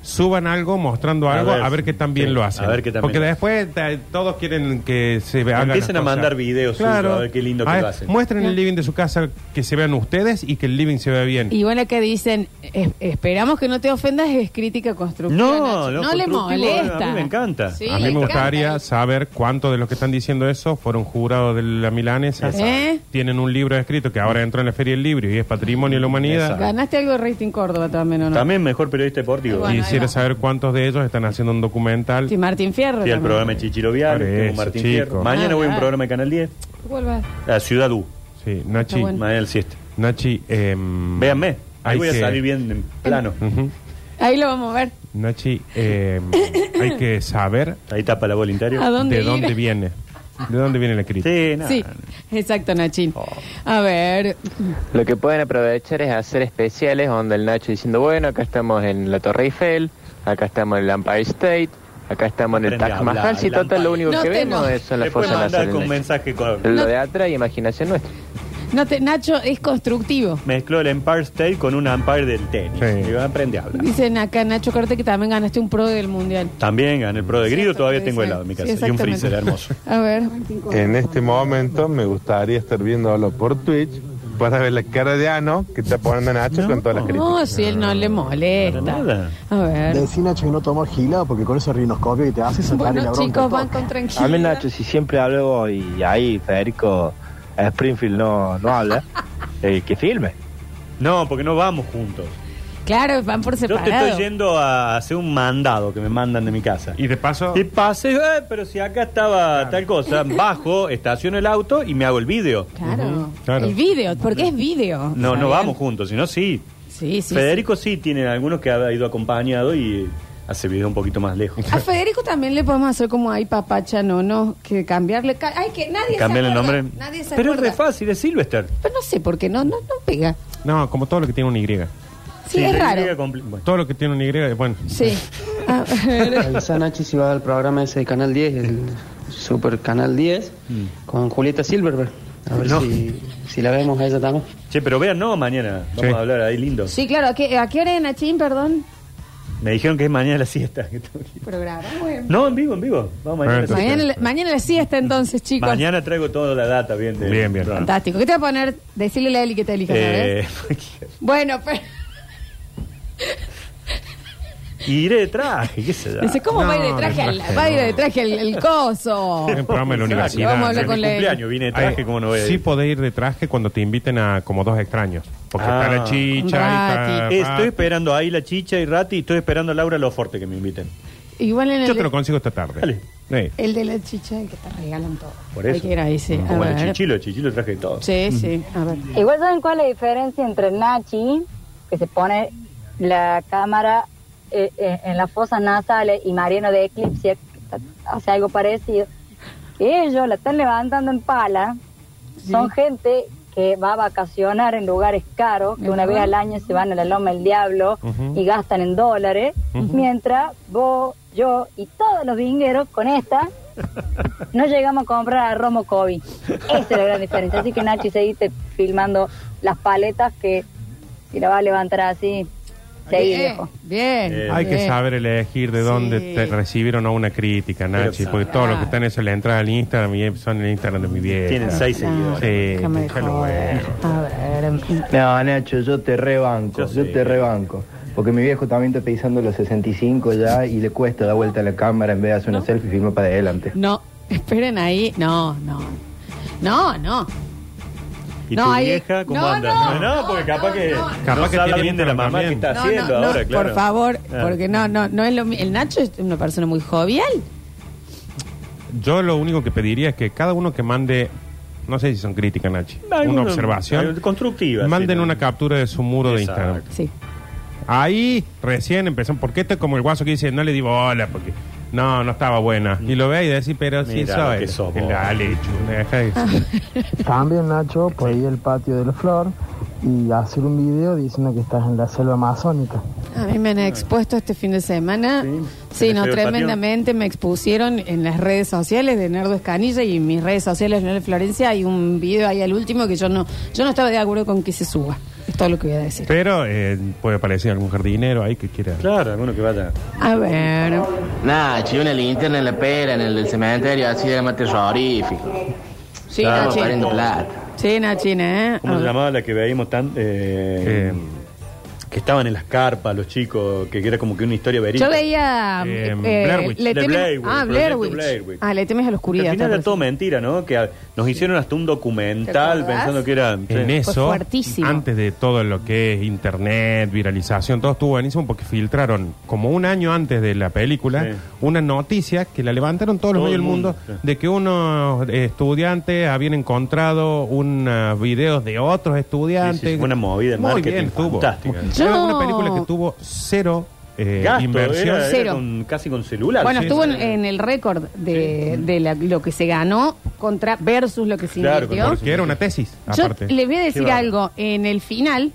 [SPEAKER 3] suban algo, mostrando
[SPEAKER 2] A
[SPEAKER 3] algo, a
[SPEAKER 2] ver,
[SPEAKER 3] ver, qué tan bien
[SPEAKER 2] sí,
[SPEAKER 3] lo hacen.
[SPEAKER 2] a ver qué tan
[SPEAKER 3] Porque
[SPEAKER 2] bien.
[SPEAKER 3] después ta- todos quieren que se vean.
[SPEAKER 2] Empiecen a mandar videos suyos, a ver qué lindo que lo hacen.
[SPEAKER 3] Muestren el living de su casa, que se vean ustedes y que el living se vea bien.
[SPEAKER 1] Y bueno, que dicen, "Es- esperamos que no te ofendas, es crítica constructiva.
[SPEAKER 2] No,
[SPEAKER 1] Nacho".
[SPEAKER 2] no,
[SPEAKER 1] le
[SPEAKER 2] constructivo, eh,
[SPEAKER 1] molesta.
[SPEAKER 2] a mí me encanta.
[SPEAKER 1] Sí,
[SPEAKER 3] a mí
[SPEAKER 1] le
[SPEAKER 3] me
[SPEAKER 1] encanta.
[SPEAKER 3] gustaría saber cuántos de los que están diciendo eso fueron jurados de la milanesa.
[SPEAKER 1] Exacto. ¿Eh?
[SPEAKER 3] Tienen un libro escrito que ahora entró en la Feria del Libro y es Patrimonio de la Humanidad.
[SPEAKER 2] Exacto.
[SPEAKER 1] Ganaste algo de Rating Córdoba también, ¿o no?
[SPEAKER 2] También mejor periodista deportivo.
[SPEAKER 1] Bueno,
[SPEAKER 3] y
[SPEAKER 1] ahí
[SPEAKER 3] quisiera saber cuántos de ellos están haciendo un documental.
[SPEAKER 1] Sí, Martín Fierro.
[SPEAKER 2] Sí, el
[SPEAKER 1] también.
[SPEAKER 2] programa de Chichilo Vial,
[SPEAKER 3] Por
[SPEAKER 2] tengo
[SPEAKER 3] eso,
[SPEAKER 2] Martín
[SPEAKER 3] chico.
[SPEAKER 2] Fierro. Mañana
[SPEAKER 1] Ah,
[SPEAKER 2] voy a un
[SPEAKER 1] claro.
[SPEAKER 2] programa de Canal 10,
[SPEAKER 1] Vuelva.
[SPEAKER 2] a Ciudad U,
[SPEAKER 3] Sí, Nachi,
[SPEAKER 1] Está bueno.
[SPEAKER 2] mañana el siesta.
[SPEAKER 3] Nachi, em,
[SPEAKER 2] Véanme, ahí
[SPEAKER 3] hay
[SPEAKER 2] voy a
[SPEAKER 3] que-
[SPEAKER 2] salir bien en plano.
[SPEAKER 3] Ujú.
[SPEAKER 1] Ahí lo vamos a ver.
[SPEAKER 3] Nachi, em, hay que saber
[SPEAKER 2] Ahí tapa la bola
[SPEAKER 1] ¿A
[SPEAKER 2] interior.
[SPEAKER 1] dónde
[SPEAKER 3] de
[SPEAKER 1] ir?
[SPEAKER 3] dónde viene. ¿De dónde viene la crítica?
[SPEAKER 2] Sí, nada.
[SPEAKER 1] Sí, exacto, Nachín.
[SPEAKER 2] Oh.
[SPEAKER 1] A ver,
[SPEAKER 10] Lo que pueden aprovechar es hacer especiales donde el Nacho diciendo, bueno, acá estamos en la Torre Eiffel, acá estamos en el Empire State, acá estamos en el
[SPEAKER 2] Aprende a
[SPEAKER 10] Taj Mahal,
[SPEAKER 2] hablar,
[SPEAKER 10] si
[SPEAKER 2] el
[SPEAKER 10] total lo
[SPEAKER 2] Empire.
[SPEAKER 10] único
[SPEAKER 1] No
[SPEAKER 10] que
[SPEAKER 1] te
[SPEAKER 10] vemos
[SPEAKER 1] no.
[SPEAKER 10] es son
[SPEAKER 2] Le
[SPEAKER 10] las
[SPEAKER 2] puedes
[SPEAKER 10] fuerzas
[SPEAKER 2] mandar
[SPEAKER 10] nasales.
[SPEAKER 2] con
[SPEAKER 10] del Nacho.
[SPEAKER 2] mensaje con...
[SPEAKER 10] Lo
[SPEAKER 1] No-
[SPEAKER 10] de atrás y imaginación nuestra.
[SPEAKER 1] no te, Nacho es constructivo.
[SPEAKER 2] Mezcló el Empire State con un Empire del tenis.
[SPEAKER 3] Sí.
[SPEAKER 2] Y aprende a hablar.
[SPEAKER 1] Dicen acá, Nacho Corte, que también ganaste un pro del mundial.
[SPEAKER 2] También gané el pro de grido,
[SPEAKER 1] Cierto,
[SPEAKER 2] todavía
[SPEAKER 1] puede
[SPEAKER 2] tengo
[SPEAKER 1] ser.
[SPEAKER 2] helado en mi
[SPEAKER 1] Sí,
[SPEAKER 2] casa. y un
[SPEAKER 1] exactamente.
[SPEAKER 2] freezer
[SPEAKER 3] [LAUGHS]
[SPEAKER 2] hermoso.
[SPEAKER 1] A ver,
[SPEAKER 6] En este momento me gustaría estar viéndolo por Twitch para ver la cara de Ano que está poniendo Nacho con todas las
[SPEAKER 1] no, si él no le
[SPEAKER 2] Para
[SPEAKER 1] molesta.
[SPEAKER 2] nada.
[SPEAKER 1] A ver,
[SPEAKER 6] Decí Nacho que no tomó gilado porque con ese rinoscopio que te hace
[SPEAKER 1] bueno, chicos, van con tranquilidad.
[SPEAKER 8] A mí Nacho, si siempre hablo y ahí Federico Springfield no, no habla,
[SPEAKER 1] [LAUGHS]
[SPEAKER 8] eh, que filme.
[SPEAKER 2] No, porque no vamos juntos.
[SPEAKER 1] Claro, van por
[SPEAKER 2] Yo
[SPEAKER 1] separado.
[SPEAKER 2] te estoy yendo a hacer un mandado que me mandan de mi casa.
[SPEAKER 3] Y de paso,
[SPEAKER 2] Y pasé, eh, pero si acá estaba tal cosa,
[SPEAKER 3] [LAUGHS]
[SPEAKER 2] bajo, estaciono el auto y me hago el vídeo.
[SPEAKER 1] Claro.
[SPEAKER 3] claro.
[SPEAKER 1] El vídeo, porque es vídeo.
[SPEAKER 2] No,
[SPEAKER 1] ¿Saben?
[SPEAKER 2] no vamos juntos, sino sí.
[SPEAKER 1] Sí, sí.
[SPEAKER 2] Federico sí. tiene algunos que ha ido acompañado y hace video un poquito más lejos.
[SPEAKER 1] sí. A Federico también le podemos hacer como hay papacha, no, no, que cambiarle. ca- Ay, que nadie
[SPEAKER 2] Cambiarle
[SPEAKER 1] se
[SPEAKER 2] el
[SPEAKER 1] acuerda,
[SPEAKER 2] nombre.
[SPEAKER 1] Nadie se
[SPEAKER 2] Pero es
[SPEAKER 1] acuerda.
[SPEAKER 2] re fácil, es Silvester.
[SPEAKER 1] Pero no sé por qué, no, no, no pega.
[SPEAKER 3] No, como todo lo que tiene un Y.
[SPEAKER 1] Sí, es raro.
[SPEAKER 3] Todo lo que tiene un Y es bueno.
[SPEAKER 1] [LAUGHS] Sí. A ver.
[SPEAKER 10] Avisa Nachi si va al programa ese de Canal 10, el Super Canal 10,
[SPEAKER 6] Mm.
[SPEAKER 10] con Julieta Silverberg. A ver
[SPEAKER 2] No.
[SPEAKER 10] si, si la vemos a ella también.
[SPEAKER 2] Che, pero vean, no, mañana. Vamos
[SPEAKER 3] Sí.
[SPEAKER 2] a hablar ahí lindo.
[SPEAKER 1] Sí, claro, ¿a qué, a qué hora, Nachín? Perdón.
[SPEAKER 2] Me dijeron que es mañana la siesta. que tengo que ir.
[SPEAKER 1] Programa.
[SPEAKER 2] No, en vivo, en vivo. Vamos mañana. a la siesta.
[SPEAKER 1] Mañana, la- mañana la siesta, entonces, chicos.
[SPEAKER 2] Mañana traigo toda la data bien. de-
[SPEAKER 3] Bien, bien.
[SPEAKER 2] Claro.
[SPEAKER 1] Fantástico. ¿Qué te va a poner? Decirle a la Eli que te elija, ¿sabes?
[SPEAKER 2] Eh,
[SPEAKER 1] Bueno, [LAUGHS] pero.
[SPEAKER 2] [LAUGHS] iré de traje, qué sé yo.
[SPEAKER 1] Dice, ¿cómo
[SPEAKER 3] No,
[SPEAKER 1] va a ir de traje
[SPEAKER 3] de
[SPEAKER 1] al,
[SPEAKER 3] traje
[SPEAKER 1] va a ir de
[SPEAKER 3] no.
[SPEAKER 1] traje el, el
[SPEAKER 3] [LAUGHS]
[SPEAKER 1] coso?
[SPEAKER 3] Es un programa de
[SPEAKER 1] [LAUGHS]
[SPEAKER 3] la universidad.
[SPEAKER 1] Vamos a hablar
[SPEAKER 2] En
[SPEAKER 1] con
[SPEAKER 2] mi
[SPEAKER 1] la-
[SPEAKER 2] cumpleaños vine de traje, ¿cómo no voy a
[SPEAKER 3] Sí
[SPEAKER 2] ir?
[SPEAKER 3] podés ir de traje cuando te inviten a como dos extraños. Porque
[SPEAKER 2] Ah.
[SPEAKER 3] está la chicha
[SPEAKER 1] Rati.
[SPEAKER 3] y está...
[SPEAKER 2] Estoy esperando ahí la chicha y Rati y estoy esperando a Laura Loforte que me inviten.
[SPEAKER 1] Igual en el.
[SPEAKER 3] Yo te lo consigo esta tarde.
[SPEAKER 2] Dale.
[SPEAKER 3] Sí.
[SPEAKER 1] El de la chicha que te regalan todo.
[SPEAKER 2] Por eso.
[SPEAKER 1] Hay que ir ahí, sí. A
[SPEAKER 2] Como el
[SPEAKER 1] ver.
[SPEAKER 2] chichilo, el chichilo traje de todo.
[SPEAKER 1] Sí, sí. A ver.
[SPEAKER 5] Igual saben cuál es la diferencia entre el Nachi, que se pone la cámara eh, eh, en las fosas nasales, eh, y Mariano de Eclipse, que hace algo parecido. Ellos la están levantando en pala. Son gente que va a vacacionar en lugares caros, que una vez al año se van a la Loma del Diablo y gastan en dólares, mientras vos, yo y todos los vingueros con esta no llegamos a comprar a Romo Kobe. Esa es la gran diferencia. Así que Nachi, seguiste filmando las paletas que si la vas a levantar así, seguí,
[SPEAKER 1] Bien,
[SPEAKER 5] viejo.
[SPEAKER 1] bien.
[SPEAKER 2] Eh,
[SPEAKER 3] Hay que
[SPEAKER 1] bien.
[SPEAKER 3] saber elegir de dónde
[SPEAKER 1] Sí.
[SPEAKER 3] te recibieron a una crítica, Nachi.
[SPEAKER 2] Pero
[SPEAKER 3] Porque todo lo que
[SPEAKER 1] claro.
[SPEAKER 3] está en eso, la entrada al Instagram, y son el Instagram de mi vieja.
[SPEAKER 2] Tienen seis
[SPEAKER 1] Ah,
[SPEAKER 2] seguidores.
[SPEAKER 3] Sí,
[SPEAKER 1] déjame de
[SPEAKER 3] déjalo,
[SPEAKER 1] joder. A ver.
[SPEAKER 6] No, Nacho, yo te rebanco,
[SPEAKER 2] Yo
[SPEAKER 6] yo,
[SPEAKER 2] sé.
[SPEAKER 6] te rebanco. Porque mi viejo también está pisando los 65 ya y le cuesta dar vuelta a la cámara en vez de hacer una selfie y filma para adelante.
[SPEAKER 1] No, esperen ahí. No, no. No, no.
[SPEAKER 2] ¿Y
[SPEAKER 1] No,
[SPEAKER 2] tu
[SPEAKER 1] ahí-
[SPEAKER 2] vieja cómo
[SPEAKER 1] No,
[SPEAKER 2] anda?
[SPEAKER 1] no,
[SPEAKER 2] porque
[SPEAKER 1] no,
[SPEAKER 2] capaz que
[SPEAKER 1] no,
[SPEAKER 2] no
[SPEAKER 3] Capaz que
[SPEAKER 2] sabe
[SPEAKER 3] tiene
[SPEAKER 2] bien de la
[SPEAKER 3] Instagram
[SPEAKER 2] mamá que
[SPEAKER 3] también.
[SPEAKER 2] está
[SPEAKER 1] No,
[SPEAKER 2] haciendo
[SPEAKER 1] no, no,
[SPEAKER 2] ahora, claro.
[SPEAKER 1] Por favor,
[SPEAKER 2] Ah.
[SPEAKER 1] porque no, no, no es lo mi- El Nacho es una persona muy jovial.
[SPEAKER 3] Yo lo único que pediría es que cada uno que mande, no sé si son críticas, Nachi,
[SPEAKER 2] Hay
[SPEAKER 3] una
[SPEAKER 2] una-
[SPEAKER 3] observación,
[SPEAKER 2] hay eh, constructiva,
[SPEAKER 3] Manden
[SPEAKER 2] sí,
[SPEAKER 3] una
[SPEAKER 2] ¿no?
[SPEAKER 3] captura de su muro de
[SPEAKER 2] Exacto.
[SPEAKER 3] Instagram.
[SPEAKER 1] Sí.
[SPEAKER 3] Ahí recién empezó, porque esto es este como el guaso que dice, no le digo hola, porque no, no estaba buena. Y lo ve y dice, pero sí
[SPEAKER 2] Mira lo
[SPEAKER 3] soy.
[SPEAKER 2] que sos
[SPEAKER 3] El-
[SPEAKER 2] vos.
[SPEAKER 3] Dale, chula, deja de decir.
[SPEAKER 10] También, Nacho, por ir al patio de la flor y hacer un video diciendo que estás en la selva amazónica.
[SPEAKER 1] A mí me
[SPEAKER 2] Ah.
[SPEAKER 1] han expuesto este fin de semana. Sí, no,
[SPEAKER 2] ¿Te feo el patio?
[SPEAKER 1] tremendamente me expusieron en las redes sociales de Nerdo Escanilla y en mis redes sociales Leonel Florencia. Hay un video ahí al último que yo no, yo no estaba de acuerdo con que se suba. Es todo lo que voy a decir.
[SPEAKER 3] [LAUGHS] Pero eh, puede aparecer algún jardinero ahí que quiera.
[SPEAKER 2] Claro, alguno que vaya.
[SPEAKER 1] A ver.
[SPEAKER 10] Nachi, una linterna en la pera, en el cementerio, así era más terrorífico.
[SPEAKER 1] Sí,
[SPEAKER 2] Claro.
[SPEAKER 1] Nachi.
[SPEAKER 10] plata.
[SPEAKER 1] Sí, Nachina, ¿eh?
[SPEAKER 2] ¿Cómo
[SPEAKER 1] A
[SPEAKER 2] se
[SPEAKER 1] ver.
[SPEAKER 2] llamaba la que veíamos tan...? Eh,
[SPEAKER 3] Eh,
[SPEAKER 2] que estaban en las carpas, los chicos, que era como que una historia verídica.
[SPEAKER 1] Yo veía.
[SPEAKER 2] Eh,
[SPEAKER 1] eh,
[SPEAKER 2] Blair Witch.
[SPEAKER 1] Le
[SPEAKER 2] De
[SPEAKER 1] temes,
[SPEAKER 2] Blair Witch,
[SPEAKER 1] ah, Blair
[SPEAKER 2] Proyecto
[SPEAKER 1] Witch.
[SPEAKER 2] Blair Witch.
[SPEAKER 1] Ah, le temes a la
[SPEAKER 2] Al
[SPEAKER 1] oscuridad.
[SPEAKER 2] final
[SPEAKER 1] me
[SPEAKER 2] era todo mentira, ¿no? Que a- nos hicieron hasta un documental
[SPEAKER 1] ¿Te acordás?
[SPEAKER 2] pensando que era...
[SPEAKER 3] En este,
[SPEAKER 2] sí.
[SPEAKER 1] Fue
[SPEAKER 3] eso,
[SPEAKER 1] fuertísimo.
[SPEAKER 3] antes de todo lo que es internet, viralización, todo estuvo buenísimo porque filtraron, como un año antes de la película,
[SPEAKER 2] Sí.
[SPEAKER 3] una noticia que la levantaron todos los
[SPEAKER 2] Todo
[SPEAKER 3] medios
[SPEAKER 2] el
[SPEAKER 3] del mundo,
[SPEAKER 2] mundo, sí.
[SPEAKER 3] de que unos eh, estudiantes habían encontrado unos videos de otros estudiantes.
[SPEAKER 2] Sí, sí, fue una movida de
[SPEAKER 3] Muy
[SPEAKER 2] marketing
[SPEAKER 3] bien, tuvo.
[SPEAKER 2] fantástica.
[SPEAKER 3] Era
[SPEAKER 1] Yo-
[SPEAKER 3] una película que tuvo cero eh,
[SPEAKER 2] Gasto,
[SPEAKER 3] inversión.
[SPEAKER 2] era, era
[SPEAKER 1] Cero.
[SPEAKER 2] con- casi con celular.
[SPEAKER 1] Bueno,
[SPEAKER 2] Sí,
[SPEAKER 1] estuvo
[SPEAKER 2] sí.
[SPEAKER 1] en, en el récord de, de la- lo que se ganó contra versus lo que se
[SPEAKER 2] Claro,
[SPEAKER 1] invirtió.
[SPEAKER 2] con-
[SPEAKER 3] Porque era una tesis,
[SPEAKER 1] Yo
[SPEAKER 3] aparte.
[SPEAKER 1] le voy a decir
[SPEAKER 2] Qué bárbaro.
[SPEAKER 1] algo. En el final,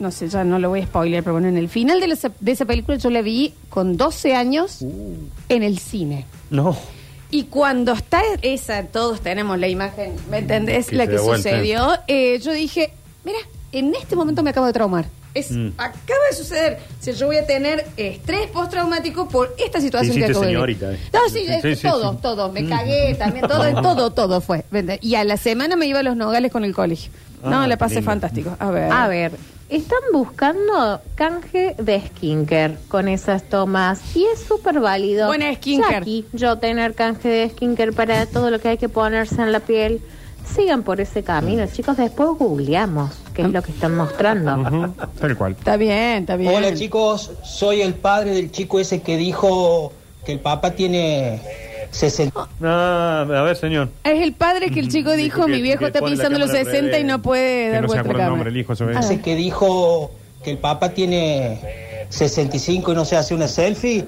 [SPEAKER 1] no sé, ya no lo voy a spoiler, pero bueno, en el final de, la- de esa película yo la vi con 12 años
[SPEAKER 2] Uh.
[SPEAKER 1] en el cine.
[SPEAKER 2] No.
[SPEAKER 1] Y cuando está esa, todos tenemos la imagen, ¿me entendés?
[SPEAKER 2] Que
[SPEAKER 1] la
[SPEAKER 2] se
[SPEAKER 1] que
[SPEAKER 2] da vuelta.
[SPEAKER 1] sucedió, eh, yo dije, mira, en este momento me acabo de traumar. Es,
[SPEAKER 2] Mm.
[SPEAKER 1] Acaba de suceder. O sea, yo voy a tener estrés postraumático por esta situación que
[SPEAKER 2] hiciste
[SPEAKER 1] acabo de vivir.
[SPEAKER 2] señorita, eh.
[SPEAKER 1] No, sí,
[SPEAKER 2] Sí,
[SPEAKER 1] es-
[SPEAKER 2] sí, sí,
[SPEAKER 1] todo,
[SPEAKER 2] sí. Mm.
[SPEAKER 1] todo. Me cagué también, todo, todo, todo fue. ¿me entendés? Y a la semana me iba a los nogales con el colegio. no,
[SPEAKER 2] Ah,
[SPEAKER 1] la pasé
[SPEAKER 2] lindo.
[SPEAKER 1] fantástico. A ver.
[SPEAKER 11] A ver, están buscando canje de skinker con esas tomas y es súper válido.
[SPEAKER 1] Buena skinker.
[SPEAKER 11] Ya aquí, yo tener canje de skinker para todo lo que hay que ponerse en la piel. Sigan por ese camino, chicos. Después googleamos qué es lo que están mostrando.
[SPEAKER 3] Ujú, Tal cual.
[SPEAKER 1] Está bien, está bien.
[SPEAKER 12] Hola chicos, soy el padre del chico ese que dijo que el papá tiene 60.
[SPEAKER 2] Ah, a ver, señor.
[SPEAKER 1] Es el padre que el chico dijo,
[SPEAKER 2] que-
[SPEAKER 1] mi viejo
[SPEAKER 2] que
[SPEAKER 1] está
[SPEAKER 2] pone la
[SPEAKER 1] pisando los
[SPEAKER 2] cámara al
[SPEAKER 1] 60 y
[SPEAKER 2] revés.
[SPEAKER 1] no puede
[SPEAKER 3] Que
[SPEAKER 1] dar
[SPEAKER 3] no se
[SPEAKER 1] vuelta a
[SPEAKER 3] acuerda el
[SPEAKER 1] cámara.
[SPEAKER 3] nombre del hijo, se ve.
[SPEAKER 1] Ah.
[SPEAKER 12] Ese que dijo que el papá tiene 65 y no se hace una selfie,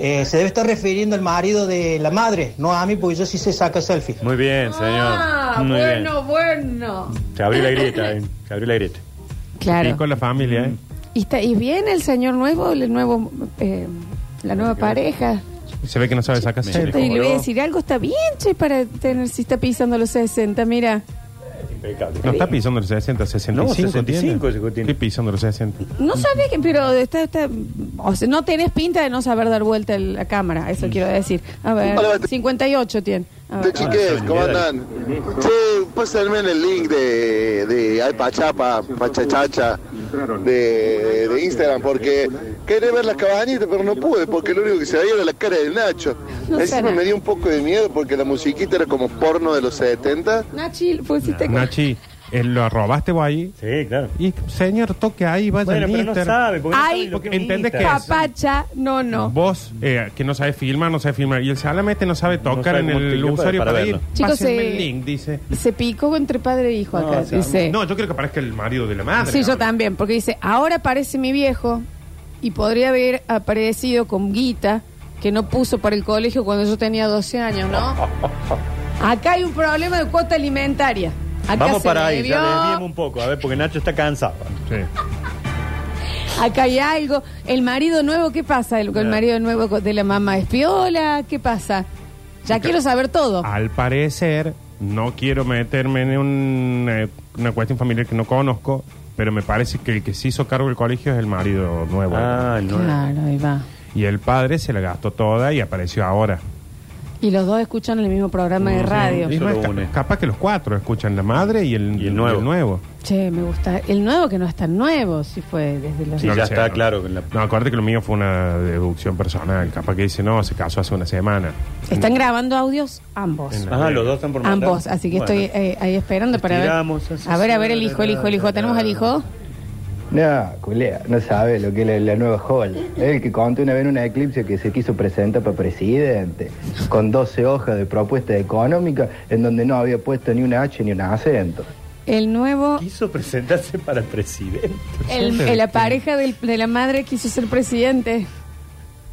[SPEAKER 12] eh, se debe estar refiriendo al marido de la madre, no a mí, porque yo sí sé saca selfie.
[SPEAKER 2] Muy bien, señor.
[SPEAKER 1] Ah,
[SPEAKER 2] Muy
[SPEAKER 1] bueno, bueno.
[SPEAKER 2] bien. Se abrió la grieta, eh. se abrió la grieta. Mm.
[SPEAKER 3] Y
[SPEAKER 1] Claro.
[SPEAKER 3] con la familia, ¿eh?
[SPEAKER 1] ¿Y, está, ¿Y viene el señor nuevo, el nuevo, eh, la nueva pareja?
[SPEAKER 3] Se ve que no sabe sacar
[SPEAKER 2] Sí,
[SPEAKER 3] selfie.
[SPEAKER 2] sí.
[SPEAKER 1] Y le voy a
[SPEAKER 2] yo.
[SPEAKER 1] decir algo, está bien, che, para tener, si está pisando los 60, mira.
[SPEAKER 2] Impecable.
[SPEAKER 3] No está pisando los 60, 65.
[SPEAKER 2] No, 65
[SPEAKER 3] tiene.
[SPEAKER 2] ese que tiene.
[SPEAKER 3] Estoy pisando los 60.
[SPEAKER 1] No sabes que, pero está, está- o sea, no tenés pinta de no saber dar vuelta el- la cámara,
[SPEAKER 3] Mm.
[SPEAKER 1] eso quiero decir. A ver,
[SPEAKER 13] Hola,
[SPEAKER 1] 58 tiene. A ver.
[SPEAKER 13] Chiques, Ah, ¿cómo andan? Sí, pásenme en el link de, de Pachapa, Pachachacha, de, de Instagram, porque quería ver las cabañitas, pero no pude, porque lo único que se veía era la cara del Nacho.
[SPEAKER 1] No
[SPEAKER 13] Encima
[SPEAKER 1] será.
[SPEAKER 13] me dio un poco de miedo porque la musiquita era como porno de los 70.
[SPEAKER 1] Nachi, pues, pusiste...
[SPEAKER 3] Nachi, eh, lo robaste vos ahí.
[SPEAKER 2] Sí, claro.
[SPEAKER 3] Y señor, toque ahí, vaya
[SPEAKER 2] Bueno,
[SPEAKER 3] en
[SPEAKER 2] pero no
[SPEAKER 3] Instagram.
[SPEAKER 2] sabe, porque no
[SPEAKER 1] Ay,
[SPEAKER 2] sabe lo que es un
[SPEAKER 3] ¿entendés qué
[SPEAKER 2] Instagram.
[SPEAKER 3] es?
[SPEAKER 1] Papacha, no, no.
[SPEAKER 3] Vos, eh, que no sabe filmar, no sabe filmar. Y el salamete no sabe tocar
[SPEAKER 2] sabe
[SPEAKER 3] en
[SPEAKER 2] cómo
[SPEAKER 3] el
[SPEAKER 2] clicar para-
[SPEAKER 3] usuario
[SPEAKER 2] para
[SPEAKER 3] para, ir.
[SPEAKER 2] verlo.
[SPEAKER 1] Chicos,
[SPEAKER 3] Pásenme
[SPEAKER 1] eh,
[SPEAKER 3] el link, dice.
[SPEAKER 1] Se picó entre padre e hijo acá, dice.
[SPEAKER 3] No, yo quiero que aparezca el marido de la madre.
[SPEAKER 1] Sí, yo
[SPEAKER 3] ahora.
[SPEAKER 1] también, porque dice, ahora aparece mi viejo y podría haber aparecido con guita que no puso para el colegio cuando yo tenía 12 años,
[SPEAKER 2] [LAUGHS]
[SPEAKER 1] ¿no? Acá hay un problema de cuota alimentaria. Acá
[SPEAKER 2] Vamos
[SPEAKER 1] se
[SPEAKER 2] para ahí,
[SPEAKER 1] debió,
[SPEAKER 2] ya desviemos un poco, a ver, porque Nacho está cansado.
[SPEAKER 3] Sí.
[SPEAKER 1] acá hay algo. El marido nuevo, ¿qué pasa? El, el
[SPEAKER 2] Eh.
[SPEAKER 1] marido nuevo co- de la mamá es piola, ¿qué pasa? Ya quiero saber todo.
[SPEAKER 2] Ah,
[SPEAKER 3] Al parecer, no quiero meterme en un, eh, una cuestión familiar que no conozco, pero me parece que el que se hizo cargo del colegio es el marido nuevo.
[SPEAKER 2] Ah, no.
[SPEAKER 1] Claro, ahí va.
[SPEAKER 3] Y el padre se la gastó toda y apareció ahora.
[SPEAKER 1] Y los dos escuchan el mismo programa de radio.
[SPEAKER 3] Y no
[SPEAKER 2] Solo
[SPEAKER 3] es ca-
[SPEAKER 2] une.
[SPEAKER 3] capaz que los cuatro escuchan la madre y el,
[SPEAKER 2] Y el nuevo.
[SPEAKER 1] Che, me gusta. El nuevo que no es tan nuevo, si fue desde los...
[SPEAKER 2] Sí,
[SPEAKER 3] No
[SPEAKER 2] ya
[SPEAKER 3] lo sé,
[SPEAKER 2] está
[SPEAKER 3] no.
[SPEAKER 2] claro. que en la-
[SPEAKER 3] No, acuérdate que lo mío fue una deducción personal. Capaz que dice, no, se casó hace una semana.
[SPEAKER 1] Están grabando audios ambos.
[SPEAKER 3] En la-
[SPEAKER 2] Ajá, los dos están por mandar.
[SPEAKER 1] Ambos, así que
[SPEAKER 2] Bueno.
[SPEAKER 1] estoy eh, ahí esperando para
[SPEAKER 2] Estiramos,
[SPEAKER 1] ver.
[SPEAKER 2] así,
[SPEAKER 1] A ver, a
[SPEAKER 2] sí,
[SPEAKER 1] ver el hijo, el hijo, el hijo. ¿Tenemos al hijo?
[SPEAKER 14] No, culea, no sabe lo que es la, la nueva Hall. El que contó una vez en una eclipse que se quiso presentar para presidente, con 12 hojas de propuesta económica, en donde no había puesto ni una H ni un acento.
[SPEAKER 1] El nuevo,
[SPEAKER 2] Quiso presentarse para presidente.
[SPEAKER 1] el, el- la pareja del- de la madre quiso ser presidente.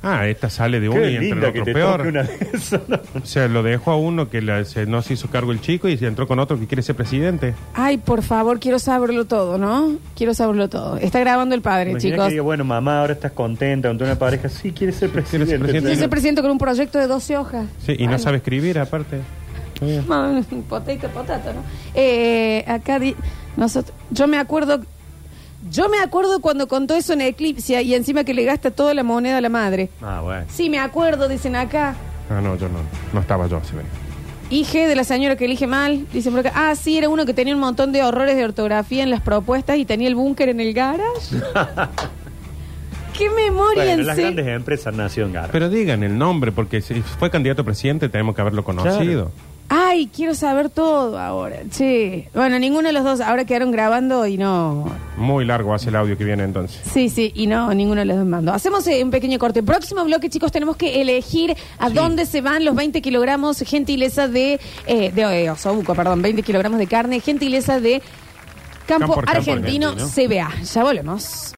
[SPEAKER 3] Ah, esta sale de uno
[SPEAKER 2] Qué
[SPEAKER 3] y entra en
[SPEAKER 2] linda que
[SPEAKER 3] otro
[SPEAKER 2] te
[SPEAKER 3] peor.
[SPEAKER 2] toque una de esas, ¿no?
[SPEAKER 3] O sea, lo dejó a uno que la- se- no se hizo cargo el chico y se entró con otro que quiere ser presidente.
[SPEAKER 1] Ay, por favor, quiero saberlo todo, ¿no? Quiero saberlo todo. Está grabando el padre,
[SPEAKER 2] Imagina
[SPEAKER 1] chicos.
[SPEAKER 2] que diga, bueno, mamá, ahora estás contenta con una pareja. Sí, quiere ser
[SPEAKER 3] quiere
[SPEAKER 2] presidente.
[SPEAKER 3] ser presidente.
[SPEAKER 1] Quiero
[SPEAKER 2] señor.
[SPEAKER 1] ser presidente con un proyecto de 12 hojas.
[SPEAKER 3] Sí, y no sabe escribir, aparte. Bien.
[SPEAKER 1] Bueno, potato, potato, ¿no? Eh, acá di- nosotros, yo me acuerdo, yo me acuerdo cuando contó eso en Eclipse y encima que le gasta toda la moneda a la madre.
[SPEAKER 2] Ah, bueno.
[SPEAKER 1] Sí, me acuerdo, dicen acá.
[SPEAKER 3] Ah, no, yo no. No estaba yo, se ve.
[SPEAKER 1] Hije de la señora que elige mal, dice por acá. Ah, sí, era uno que tenía un montón de horrores de ortografía en las propuestas y tenía el búnker en el
[SPEAKER 2] [LAUGHS]
[SPEAKER 1] garage. ¡Qué memoria
[SPEAKER 2] Bueno,
[SPEAKER 1] en
[SPEAKER 2] las
[SPEAKER 1] serio!
[SPEAKER 2] grandes empresas nació en Garra.
[SPEAKER 3] Pero digan el nombre, porque si fue candidato a presidente tenemos que haberlo conocido.
[SPEAKER 1] Ay, quiero saber todo ahora. Che. Bueno, ninguno de los dos ahora quedaron grabando y no.
[SPEAKER 3] Muy largo hace el audio que viene entonces.
[SPEAKER 1] Sí, sí, y no, ninguno de los dos mandó. Hacemos eh, un pequeño corte. Próximo bloque, chicos, tenemos que elegir a dónde se van los 20 kilogramos gentileza de. eh, de eh, osobuco, perdón, 20 kilogramos de carne, gentileza de Campo,
[SPEAKER 3] Campo- Campo
[SPEAKER 1] Argentino,
[SPEAKER 3] Argentino.
[SPEAKER 1] CBA. Ya volvemos.